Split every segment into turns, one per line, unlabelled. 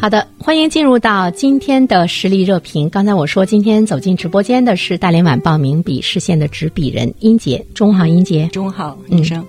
好的，欢迎进入到今天的实力热评。刚才我说，今天走进直播间的是大连晚报名笔视线的执笔人殷杰，中午好，殷杰。
中午好，女生。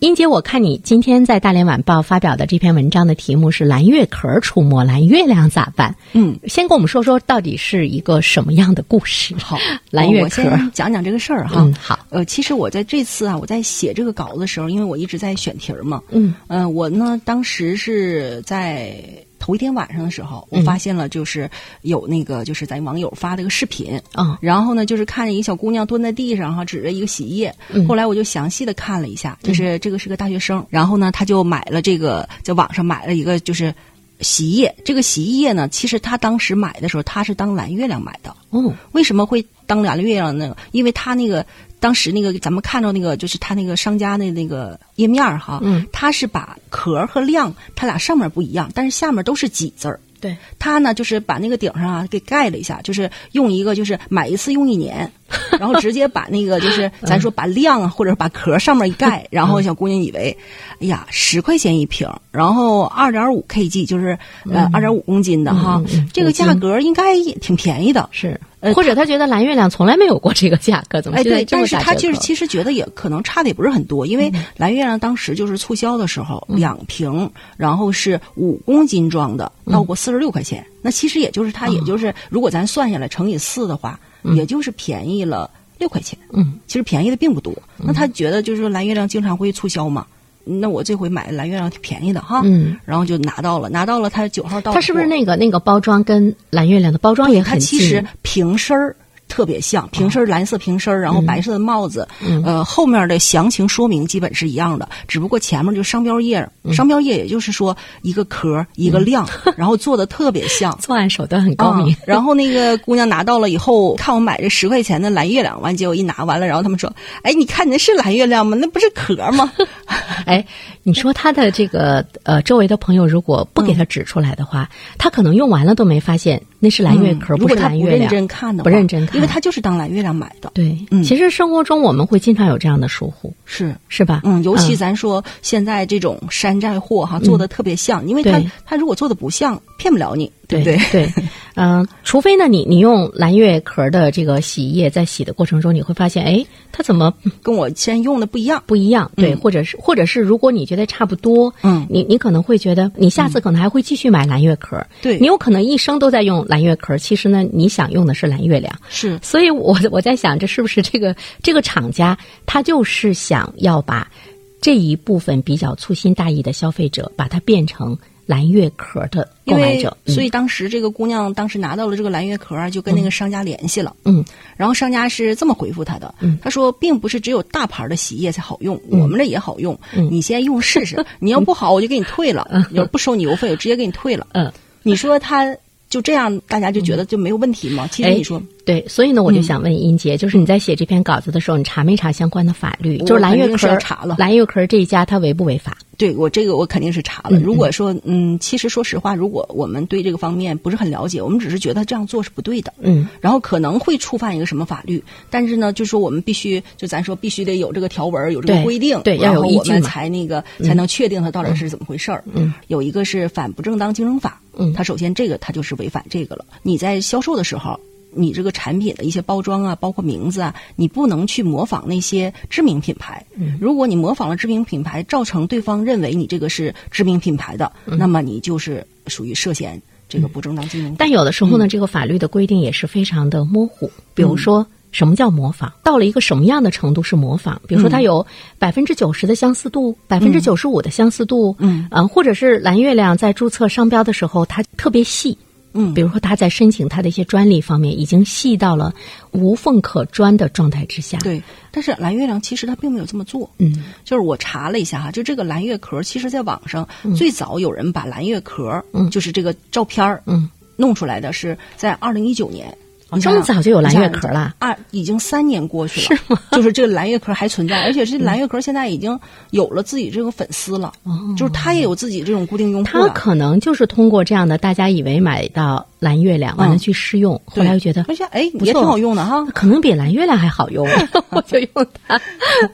殷杰，我看你今天在大连晚报发表的这篇文章的题目是“蓝月壳出没，蓝月亮咋办”。
嗯，
先跟我们说说到底是一个什么样的故事？
好，
蓝月
哦我
壳。
先讲讲这个事儿哈。
嗯，好，
呃，其实我在这次啊，我在写这个稿子的时候，因为我一直在选题儿嘛，
嗯
呃，我呢当时是在头一天晚上的时候，我
嗯
发现了就是有那个就是咱网友发这个视频，
啊，
然后呢就是看见一个小姑娘蹲在地上哈，指着一个洗衣液，
嗯
后来我就详细的看了一下，就是这个是个大学生，然后呢他就买了这个在网上买了一个就是。洗衣液，这个洗衣液呢，其实他当时买的时候，他是当蓝月亮买的，
哦，
为什么会当蓝月亮呢？因为他那个当时那个咱们看到那个就是他那个商家的那个页面儿哈，
嗯，
他是把壳儿和量，它俩上面不一样，但是下面都是几字儿。
对，
他呢，就是把那个顶上啊给盖了一下，就是用一个就是买一次用 一年，然后直接把那个就是咱说把量啊，或者把壳上面一盖，
嗯
然后小姑娘以为，哎呀，十块钱一瓶，然后二点五 kg 就是呃二点五公斤的哈
嗯嗯嗯，
这个价格应该也挺便宜的。
是，
呃
或者他觉得蓝月亮从来没有过这个价格，怎么
哎，
现在
对，
这
但
么
是
打
他
折
就是
扣
其实觉得也可能差的也不是很多，因为
嗯
蓝月亮当时就是促销的时候，两瓶，然后是五公斤装的，
嗯
到过四十六块钱。那其实也就是它，
哦
也就是如果咱算下来乘以四的话，也就是便宜了六块钱。
嗯，
其实便宜的并不多。那他觉得就是说蓝月亮经常会促销嘛，那我这回买蓝月亮挺便宜的哈。
嗯，
然后就拿到了，拿到了，他九号到货。
它是不是那个那个包装跟蓝月亮的包装也
它
很
其
近哦
实瓶身儿特别像，瓶身儿蓝色瓶身儿，然后白色的帽子，
嗯
呃，后面的详情说明基本是一样的，只不过前面就商标页儿，
嗯
商标页也就是说一个壳儿一
。
个量，然后做的特别像
作案手段很嗯 高明
啊，然后那个姑娘拿到了以后，看我买这十块钱的蓝月亮，完结果一拿完了，然后他们说：“哎，你看你那是蓝月亮吗？那不是壳儿吗？”
哎，你说他的这个呃周围的朋友如果不给他指出来的话，他可能用完了都没发现那是 蓝月壳，
嗯如
不
果
是
她
蓝
不
月
认
亮。
真看的话，
不认真看
因为她就是当蓝月亮买的。
对，
嗯
其实生活中我们会经常有这样的疏忽，
是，
是吧？
嗯，尤其咱说现在这种山寨货哈，做的特别像，因为他
嗯对
他如果做的不像，骗不了你，对
对
不对？
对，嗯、除非呢，你你用蓝月壳的这个洗衣液在洗的过程中，你会发现，哎，它怎么
跟我现在用的不一样。
不一样？对，
嗯
或者是或者是，如果你觉得差不多，
嗯
你你可能会觉得，你下次可能还会继续买蓝月壳，
对
你有可能一生都在用蓝月壳，其实呢，你想用的是蓝月亮。
是
所以我我在想，这是不是这个这个厂家他就是想要把这一部分比较粗心大意的消费者，把它变成蓝月壳的购
因
买
为
者？嗯
所
以
以当时这个姑娘当时拿到了这个蓝月壳啊，就跟那个商家联系了。
嗯，
然后商家是这么回复她的，他说并不是只有大牌的洗衣液才好用，
嗯
我们这也好用，你先用 试试，你要不好我就给你退了，要不收你邮费我直接给你退了。
嗯，
你说他就这样，大家就觉得就没有问题吗？其实
哎
你说。
对，所以呢，我就想问英杰，就是你在写这篇稿子的时候，你查没查相关的法律？
我
就是蓝月
肯定是
壳
要查了
蓝月壳这一家它违不违法？
对我这个我肯定是查了。如果说嗯，其实说实话，如果我们对这个方面不是很了解，我们只是觉得这样做是不对的，
嗯，
然后可能会触犯一个什么法律，但是呢，就说我们必须就咱说必须得有这个条文，有这
对
个规定，
对要
然后
有依
我
据
们
嘛
才那个才能确定它到底是怎么回事儿。
嗯，
有一个是反不正当竞争法，
嗯
它首先这个它就是违反这个了。你在销售的时候。你这个产品的一些包装啊，包括名字啊，你不能去模仿那些知名品牌。
嗯
如果你模仿了知名品牌，造成对方认为你这个是知名品牌的，
嗯
那么你就是属于涉嫌这个不正当竞争法。
但有的时候呢，
嗯
这个法律的规定也是非常的模糊，比如说。什么叫模仿？到了一个什么样的程度是模仿？比如
嗯
说，它有百分之九十的相似度，百分之九十五的相似度，
嗯
呃，或者是蓝月亮在注册商标的时候，它特别细，
嗯
比如说他在申请他的一些专利方面已经细到了无缝可钻的状态之下。，
对，但是蓝月亮其实它并没有这么做。
嗯，
就是我查了一下哈，就这个蓝月壳，其实在网上、最早有人把蓝月壳，
嗯
就是这个照片儿，
嗯，哦
弄出来的是在二零一九年。你
这
想
么
想
早就有蓝月壳啦？
啊，已经三年过去了，是吗？就是这个蓝月壳还 存在，而且这蓝月壳现在已经有了自己这个粉丝了，就是它也有自己这种固定用户
他
了。
哦嗯可能就是通过这样的，大家以为买到蓝月亮，完了
嗯
去试用，后来又觉得
而且哎，
不
也挺
错
好用的哈。
可能比蓝月亮还 好用，我就用它。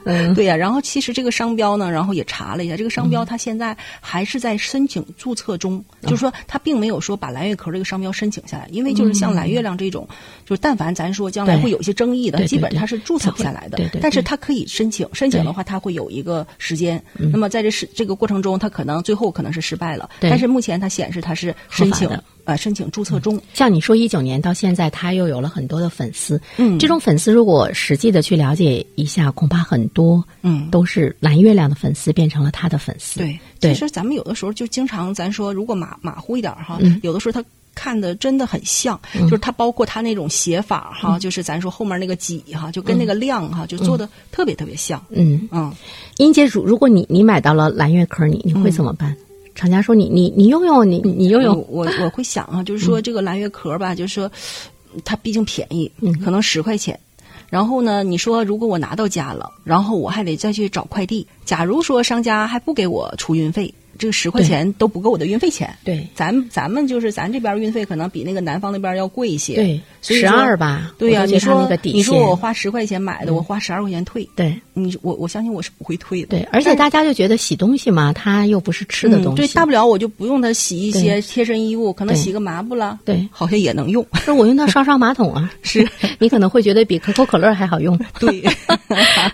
嗯，
对呀、然后其实这个商标呢，然后也查了一下，这个商标它现在还是在申请注册中，
嗯
就是说它并没有说把蓝月壳这个商标申请下来，因为就是像蓝月亮这种，就是但凡咱说将来
对
会有一些争议的，
嗯对对
基本
对
它是注册不下来
它
的，
会对对
但是
对
它可以申请，申请的话它会有一个时间，那么在这是这个过程中，它可能最后可能是失败了，
对
但是目前它显示它是申请
合法的
呃申请注册中，
像你说一九年到现在，他又有了很多的粉丝。
嗯
这种粉丝如果实际的去了解一下，恐怕很多
嗯。
都是蓝月亮的粉丝变成了他的粉丝。
对，
对
其实咱们有的时候就经常，咱说如果马马虎一点儿哈，
嗯
有的时候他。看的真的很像，就是他包括他那种写法
嗯
哈，就是咱说后面那个几哈，就跟那个量哈，就做的特别特别像。
嗯，
嗯，
英姐，如如果你你买到了蓝月壳，你你会怎么办？厂家说你你你用用，你你用
我
用，
我我会想啊，就
嗯
是说这个蓝月壳吧，就是说它毕竟便宜，
嗯
可能十块钱。然后呢，你说如果我拿到家了，然后我还得再去找快递。假如说商家还不给我出运费，这个十块
对
钱都不够我的运费钱。
对
咱咱们就是咱这边运费可能比那个南方那边要贵一些。，
对，
所以
十
说
二吧，
对呀、
我就
你
觉得他
说
那个底线，
你说我花十块钱买的，我花十二块钱退，
对
你我我相信我是不会退的。
对，而且大家就觉得洗东西嘛，它又不是吃的
嗯
东西，
对，大不了我就不用它洗一些贴身衣物，可能
对
洗个抹布啦，
对
好像也能用。
不是我用它刷刷马桶啊，
是
你可能会觉得比可口可乐还好用。
对，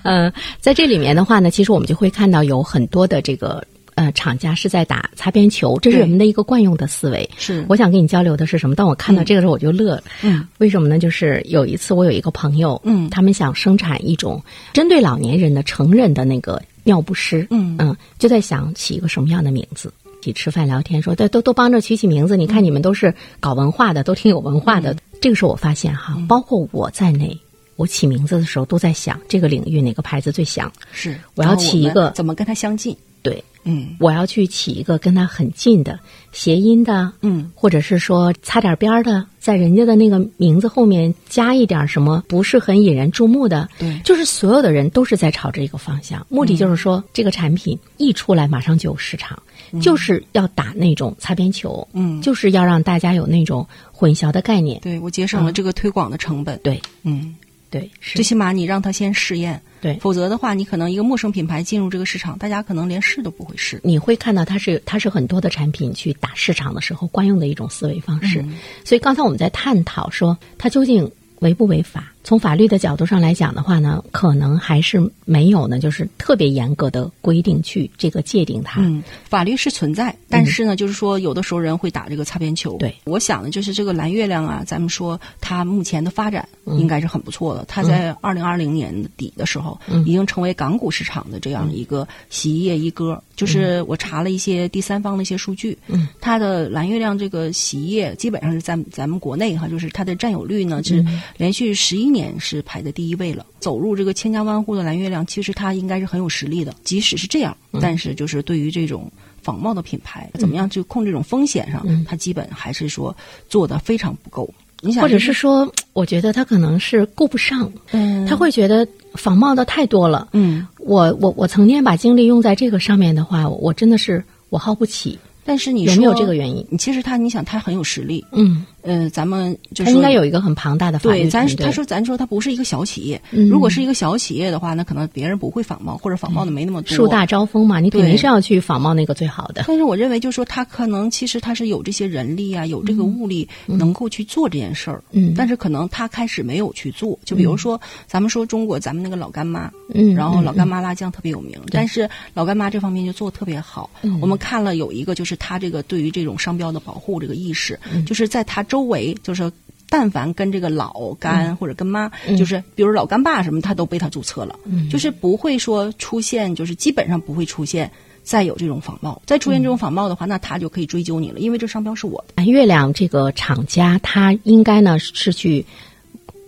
嗯，在这里面的话呢，其实我们就会看到有很多的这个呃厂家是在打擦边球，这是
对
人们的一个惯用的思维。
是
我想跟你交流的是什么？当我看到这个时候，我就乐了。
嗯
为什么呢？就是有一次我有一个朋友，
嗯
他们想生产一种针对老年人的成人的那个尿不湿，
嗯
就在想起一个什么样的名字。一起吃饭聊天说，对，都都帮着取起名字。你看你们都是搞文化的，都挺有文化
嗯
的。这个时候我发现哈，包括我在内，我起名字的时候都在想这个领域哪个牌子最响。
是，
我要
然后
起一
们
个
怎么跟它相近？
对，
嗯
我要去起一个跟它很近的谐音的，
嗯，
或者是说擦点边儿的，在人家的那个名字后面加一点什么不是很引人注目的，
对
就是所有的人都是在朝这个方向，目的就是说、这个产品一出来马上就有市场，就是要打那种擦边球，
嗯
就是要让大家有那种混淆的概念，
对我节省了这个推广的成本。
嗯对
嗯，
对是
最起码你让它先试验，
对。
否则的话，你可能一个陌生品牌进入这个市场，大家可能连试都不会试。
你会看到它是它是很多的产品去打市场的时候惯用的一种思维方式。
嗯
所以刚才我们在探讨说它究竟违不违法，从法律的角度上来讲的话呢，可能还是没有呢，就是特别严格的规定去这个界定它。
嗯，法律是存在，但是呢，就是说有的时候人会打这个擦边球。
对，
我想的就是这个蓝月亮啊，咱们说它目前的发展应该是很不错的。它在二零二零年底的时候，已经成为港股市场的这样一个洗衣液一哥。就是我查了一些第三方的一些数据，
嗯，
它的蓝月亮这个洗衣液基本上是咱咱们国内哈，就是它的占有率
嗯
呢是连续十一年是排在第一位了。走入这个千家万户的蓝月亮，其实它应该是很有实力的。即使是这样，
嗯
但是就是对于这种仿冒的品牌，怎么样去控这种风险上，
嗯
它基本还是说做的非常不够。你想，
或者是说，我觉得他可能是顾不上，
嗯，
他会觉得仿冒的太多了。
嗯，
我我我曾经把精力用在这个上面的话，我我真的是我耗不起。
但是你
有没有这个
因？
原因？
其实他，你想，他很有实力。
嗯，
嗯、咱们就
他
是
应该有一个很庞大的法律
对，咱
团队。
他说咱说它不是一个小企业，
嗯
如果是一个小企业的话，那可能别人不会仿冒，或者仿冒的没那么多。
树大招风嘛，你肯定
对
是要去仿冒那个最好 的。
但是我认为，就是说他可能其实他是有这些人力啊，有这个物力，能够去做这件事儿。
嗯
但是可能他开始没有去做。就比如说，咱们说中国，咱们那个老干妈，
嗯，
然后老干
妈，
妈辣酱特别有名，但是老干妈这方面就做的特别好。
嗯
我们看了有一个，就是他这个对于这种商标的保护这个意识，就是在他周围，就是但凡跟这个老干或者跟妈，就是比如老干爸什么，他都被他注册了，就是不会说出现，就是基本上不会出现。再有这种仿冒，再出现这种仿冒的话，那他就可以追究你了，因为这商标是我的。
哎月亮这个厂家，他应该呢是去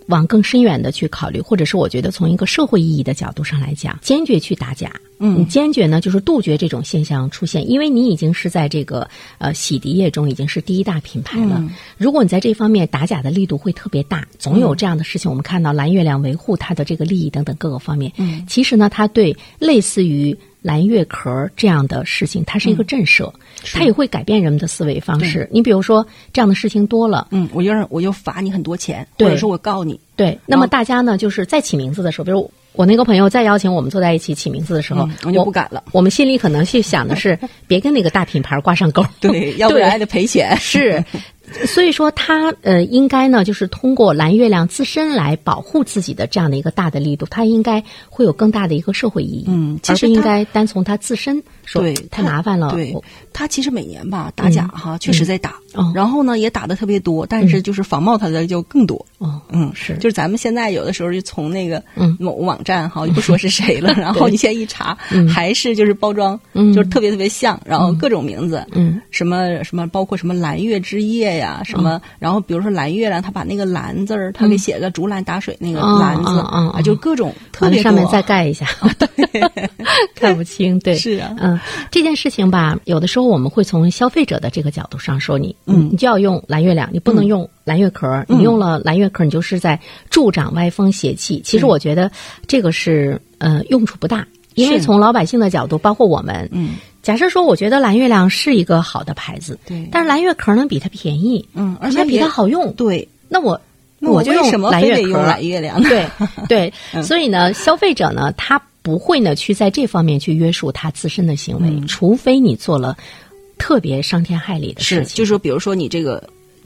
往更深远的去考虑，或者是我觉得从一个社会意义的角度上来讲，坚决去打假。
嗯
你坚决呢就是杜绝这种现象出现，因为你已经是在这个呃洗涤业中已经是第一大品牌了。嗯如果你在这方面打假的力度会特别大，总有这样的事情。我们看到蓝月亮维护它的这个利益等等各个方面，
嗯
其实呢，它对类似于。蓝月壳儿这样的事情，它是一个震慑，
嗯
它也会改变人们的思维方式。你比如说，这样的事情多了，
嗯，我就让我就罚你很多钱，
对
或者说我告你。
对，那
然
么
后
大家呢，就是在起名字的时候，比如我那个朋友再邀请我们坐在一起起名字的时候，
嗯我就不 敢了。
我们心里可能去想的 是，别跟那个大品牌挂上钩。
对，要不然还得赔钱。
是，所以说他呃，应该呢，就是通过蓝月亮自身来保护自己的这样的一个大的力度，它应该会有更大的一个社会意义，
嗯其
而
实
不应
它
该单从它自身说
对
太
它
麻烦了，
对
我
他其实每年吧打假哈，确实在打
哦，
然后呢也打的特别多，但是就是仿冒他的就更多。
哦，
嗯，
嗯是
就是咱们现在有的时候就从那个
嗯
某网站哈，就不说是谁 了，然后你现在一查
嗯，
还是就是包装，
嗯
就是特别特别像，然后各种名字，
嗯
什么什么，包括什么蓝月之夜呀，什么，
嗯
然后比如说蓝月亮，他把那个蓝字儿，他给写个竹篮打水那个
哦
蓝字
哦哦
啊，就各种特
完了
别多。啊
上面再盖 一下， 看不清，对，
是啊，
嗯，这件事情吧，有的时候我们会从消费者的这个角度上说你，
嗯
你就要用蓝月亮，你不能用蓝月壳儿，
嗯
你用了蓝月壳儿，你就是在助长歪风邪气。其实
对
我觉得这个是呃用处不大，因为
是
从老百姓的角度，包括我们，
嗯，
假设说我觉得蓝月亮是一个好的牌子，
对，
但是蓝月壳儿呢比它便宜，
嗯，而
它
且
比
也
它好用，
对，
那我
那
我
我
就
为什么
蓝
非
月
得
壳
用
儿
蓝月亮呢？
对对，
嗯
所以呢，消费者呢，他不会呢去在这方面去约束他自身的行为，
嗯
除非你做了特别伤天害理的事
是，
情。
就是说，比如说你这个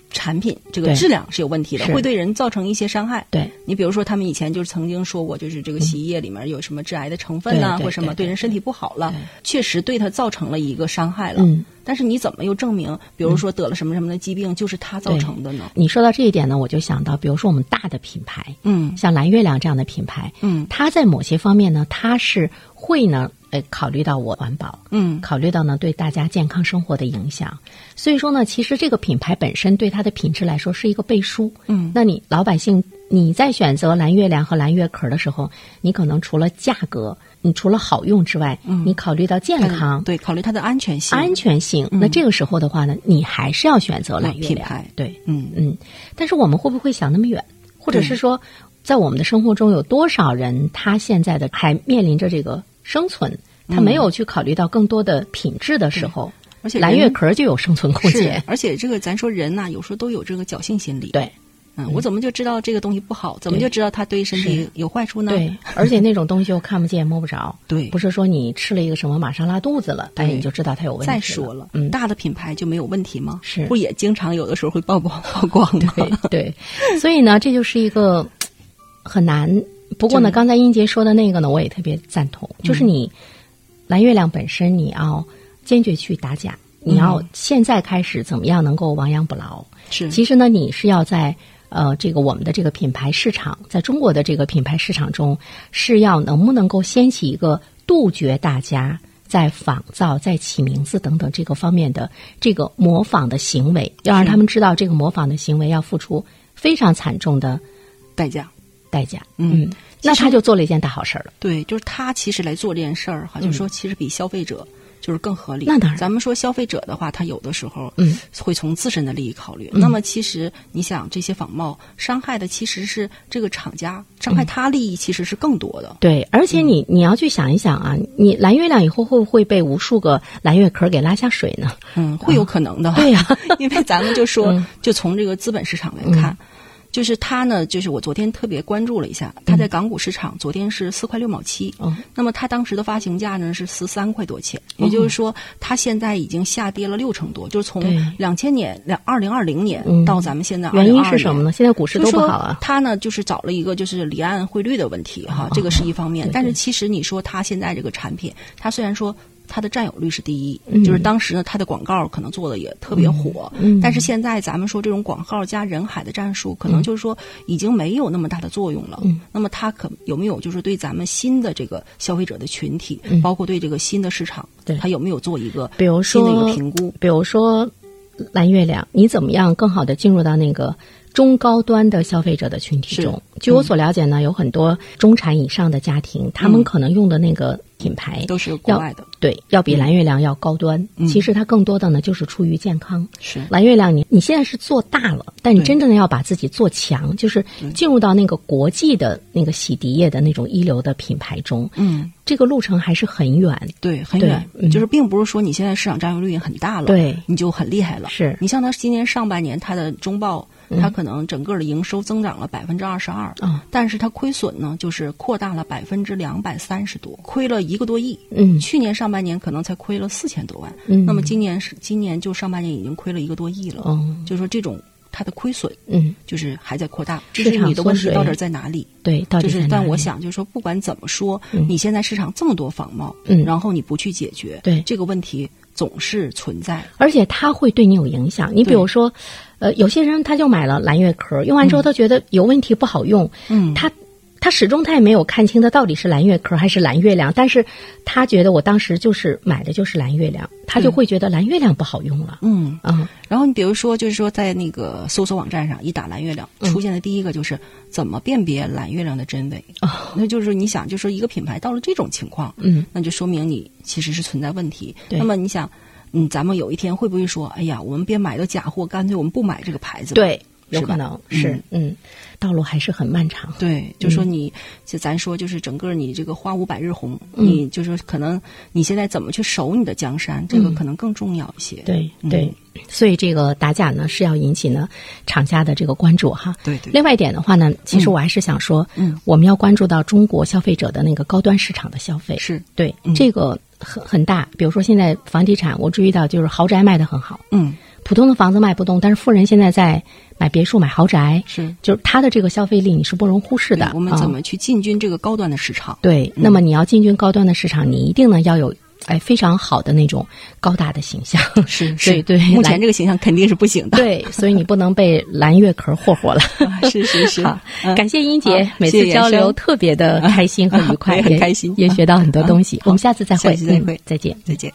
产品这个
对
质量是有问题的，
是
会对人造成一些伤害。
对，嗯
你比如说，他们以前就是曾经说过，就是这个洗衣液里面有什么致癌的成分呐、
对对
或什
对
么
对
对人身体不好了
对，
确实对他造成了一个伤害了。
嗯。
但是你怎么又证明，比如说得了什么什么的疾病就是他造成的呢？
你说到这一点呢，我就想到，比如说我们大的品牌，
嗯
像蓝月亮这样的品牌，
嗯
它在某些方面呢，它是会呢，呃，考虑到我环保，
嗯，
考虑到呢对大家健康生活的影响，所以说呢，其实这个品牌本身对它的品质来说是一个背书。
嗯，
那你老百姓你在选择蓝月亮和蓝月壳的时候，你可能除了价格，你除了好用之外，你考虑到健康、
嗯对，考虑它的安全性。
安全性。那这个时候的话呢，你还是要选择蓝月亮。
品牌
对，
嗯
嗯，但是我们会不会想那么远，或者
对
是说，
嗯
在我们的生活中有多少人他现在的还面临着这个生存，他没有去考虑到更多的品质的时候，
而且
蓝月
人
壳就有生存空
是
间，。
而且这个咱说人呐、有时候都有这个侥幸心理。，
对
嗯，我怎么就知道这个东西不好？怎么
对
就知道它对身体有坏处呢？
对，而且那种东西又看不见摸不着，
对
不是说你吃了一个什么马上拉肚子了，哎，
对
你就知道它有问题
再说了，
嗯，
大的品牌就没有问题吗？
是
不也经常有的时候会曝光曝 光吗？
对对，所以呢，这就是一个很难。不过呢，
就是
刚才英杰说的那个呢，我也特别赞同，
嗯
就是你蓝月亮本身，你要坚决去打假，你要现在开始怎么样能够亡羊补牢。
是，
其实呢，你是要在呃这个我们的这个品牌市场，在中国的这个品牌市场中，是要能不能够掀起一个杜绝大家在仿造、在起名字等等这个方面的这个模仿的行为，要让他们知道这个模仿的行为要付出非常惨重的
代价。
代价。
嗯
嗯，那他就做了一件大好事儿了。
对，就是他其实来做这件事儿哈，就说其实比消费者就是更合理。
那当然
咱们说消费者的话，他有的时候
嗯
会从自身的利益考虑。那么其实你想，这些仿冒伤害的其实是这个厂家，伤害他利益其实是更多的。
对，而且你你要去想一想啊，你蓝月亮以后会不会被无数个蓝月壳儿给拉下水呢？
嗯，会有可能的。
对呀、啊
因为咱们就说
嗯，
就从这个资本市场来看，就是它呢，就是我昨天特别关注了一下，它
嗯
在港股市场昨天是四块六毛七、
哦
那么它当时的发行价呢是十三块多钱，
嗯
也就是说它现在已经下跌了六成多，就是从
对
两千年两二零二零年
嗯
到咱们现在 2022
原
年
因是什么呢？？现在股市
就
都不
说
好啊。
他呢就是找了一个就是离岸汇率的问题哈，这个是一方面。
对
但是
对
其实你说他现在这个产品，他虽然说它的占有率是第一，
嗯
就是当时呢，它的广告可能做的也特别火，
嗯嗯
但是现在咱们说这种广告加人海的战术，可能就是说已经没有那么大的作用了。
嗯
那么它可有没有就是对咱们新的这个消费者的群体，
嗯
包括对这个新的市场
对，
它有没有做一个
比如
新的一
说
个评估？
比如说蓝月亮，你怎么样更好的进入到那个中高端的消费者的群体中？据我所了解呢，有很多中产以上的家庭，他们
嗯
可能用的那个品牌
都是国
要
外的，
对，要比蓝月亮要高端。
嗯
其实它更多的呢，就是出于健康。
是
蓝月亮你，你现在是做大了，但你
对
真正的要把自己做强，就是进入到那个国际的那个洗涤液的那种一流的品牌中，
嗯，
这个路程还是很远。
对，很
对
远，
嗯
就是并不是说你现在市场占有率也很大了，
对
你就很厉害了。
是
你像它今年上半年，它的中报，
嗯
它可能整个的营收增长了百分之二十二
啊，
但是它亏损呢，就是扩大了百分之两百三十多，亏了一个多亿。
嗯
去年上半年可能才亏了四千多万，
嗯，
那么今年是今年就上半年已经亏了一个多亿了，
哦
就是说这种它的亏损
嗯，
就是还在扩大，
市
就
场
是你的问题
缩水
到底在哪里？
对，到底
就是
在，哪
但我
里
想，就是说，不管怎么说，
嗯
你现在市场这么多仿冒，
嗯
然后你不去解决，
对
这个问题总是存在。
而且它会对你有影响。你比如
对
说，呃，有些人他就买了蓝月壳，用完之后他觉得有问题不好用，
嗯
他他始终他也没有看清它到底是蓝月壳还是蓝月亮，但是他觉得我当时就是买的就是蓝月亮，他就
对
会觉得蓝月亮不好用了。
嗯，
啊，
然后你比如说，就是说，在那个搜索网站上一打蓝月亮，出现的第一个就是怎么辨别蓝月亮的真伪。那就是你想，就说一个品牌到了这种情况，
嗯，
那就说明你其实是存在问题。
对
那么你想，嗯，咱们有一天会不会说，哎呀，我们别买到假货，干脆我们不买这个牌子吧？
对，有
是吧
可能是
嗯
嗯，道路还是很漫长。
对，就说你，就咱说就是整个你这个花无百日红，
嗯
你就是可能你现在怎么去守你的江山，这个可能更重要一些。
嗯对
嗯
对，所以这个打假呢是要引起呢厂家的这个关注哈。
对对
另外一点的话呢，其实我还是想说，
嗯，
我们要关注到中国消费者的那个高端市场的消费，
是，
对、
嗯
这个很很大。比如说现在房地产，我注意到就是豪宅卖的很好，
嗯，
普通的房子卖不动，但是富人现在在买别墅、买豪宅，
是
就是他的这个消费力你是不容忽视的
嗯对。我们
啊
怎么嗯去进军这个高端的市场？
对，那么你要进军高端的市场，你一定呢要有哎非常好的那种高大的形 象。
是
对对
目
来
前这个形象肯定是不行 的。
对，所以你不能被蓝月壳霍霍了。
是是 是，
好，
嗯
感谢英姐
好，
每
谢
次
谢
交
延
流
伸
特别的开心和愉快，
我也很开心
也也学到很多东西。我们下次再
下
会，
次再
嗯
会
再见。
再见。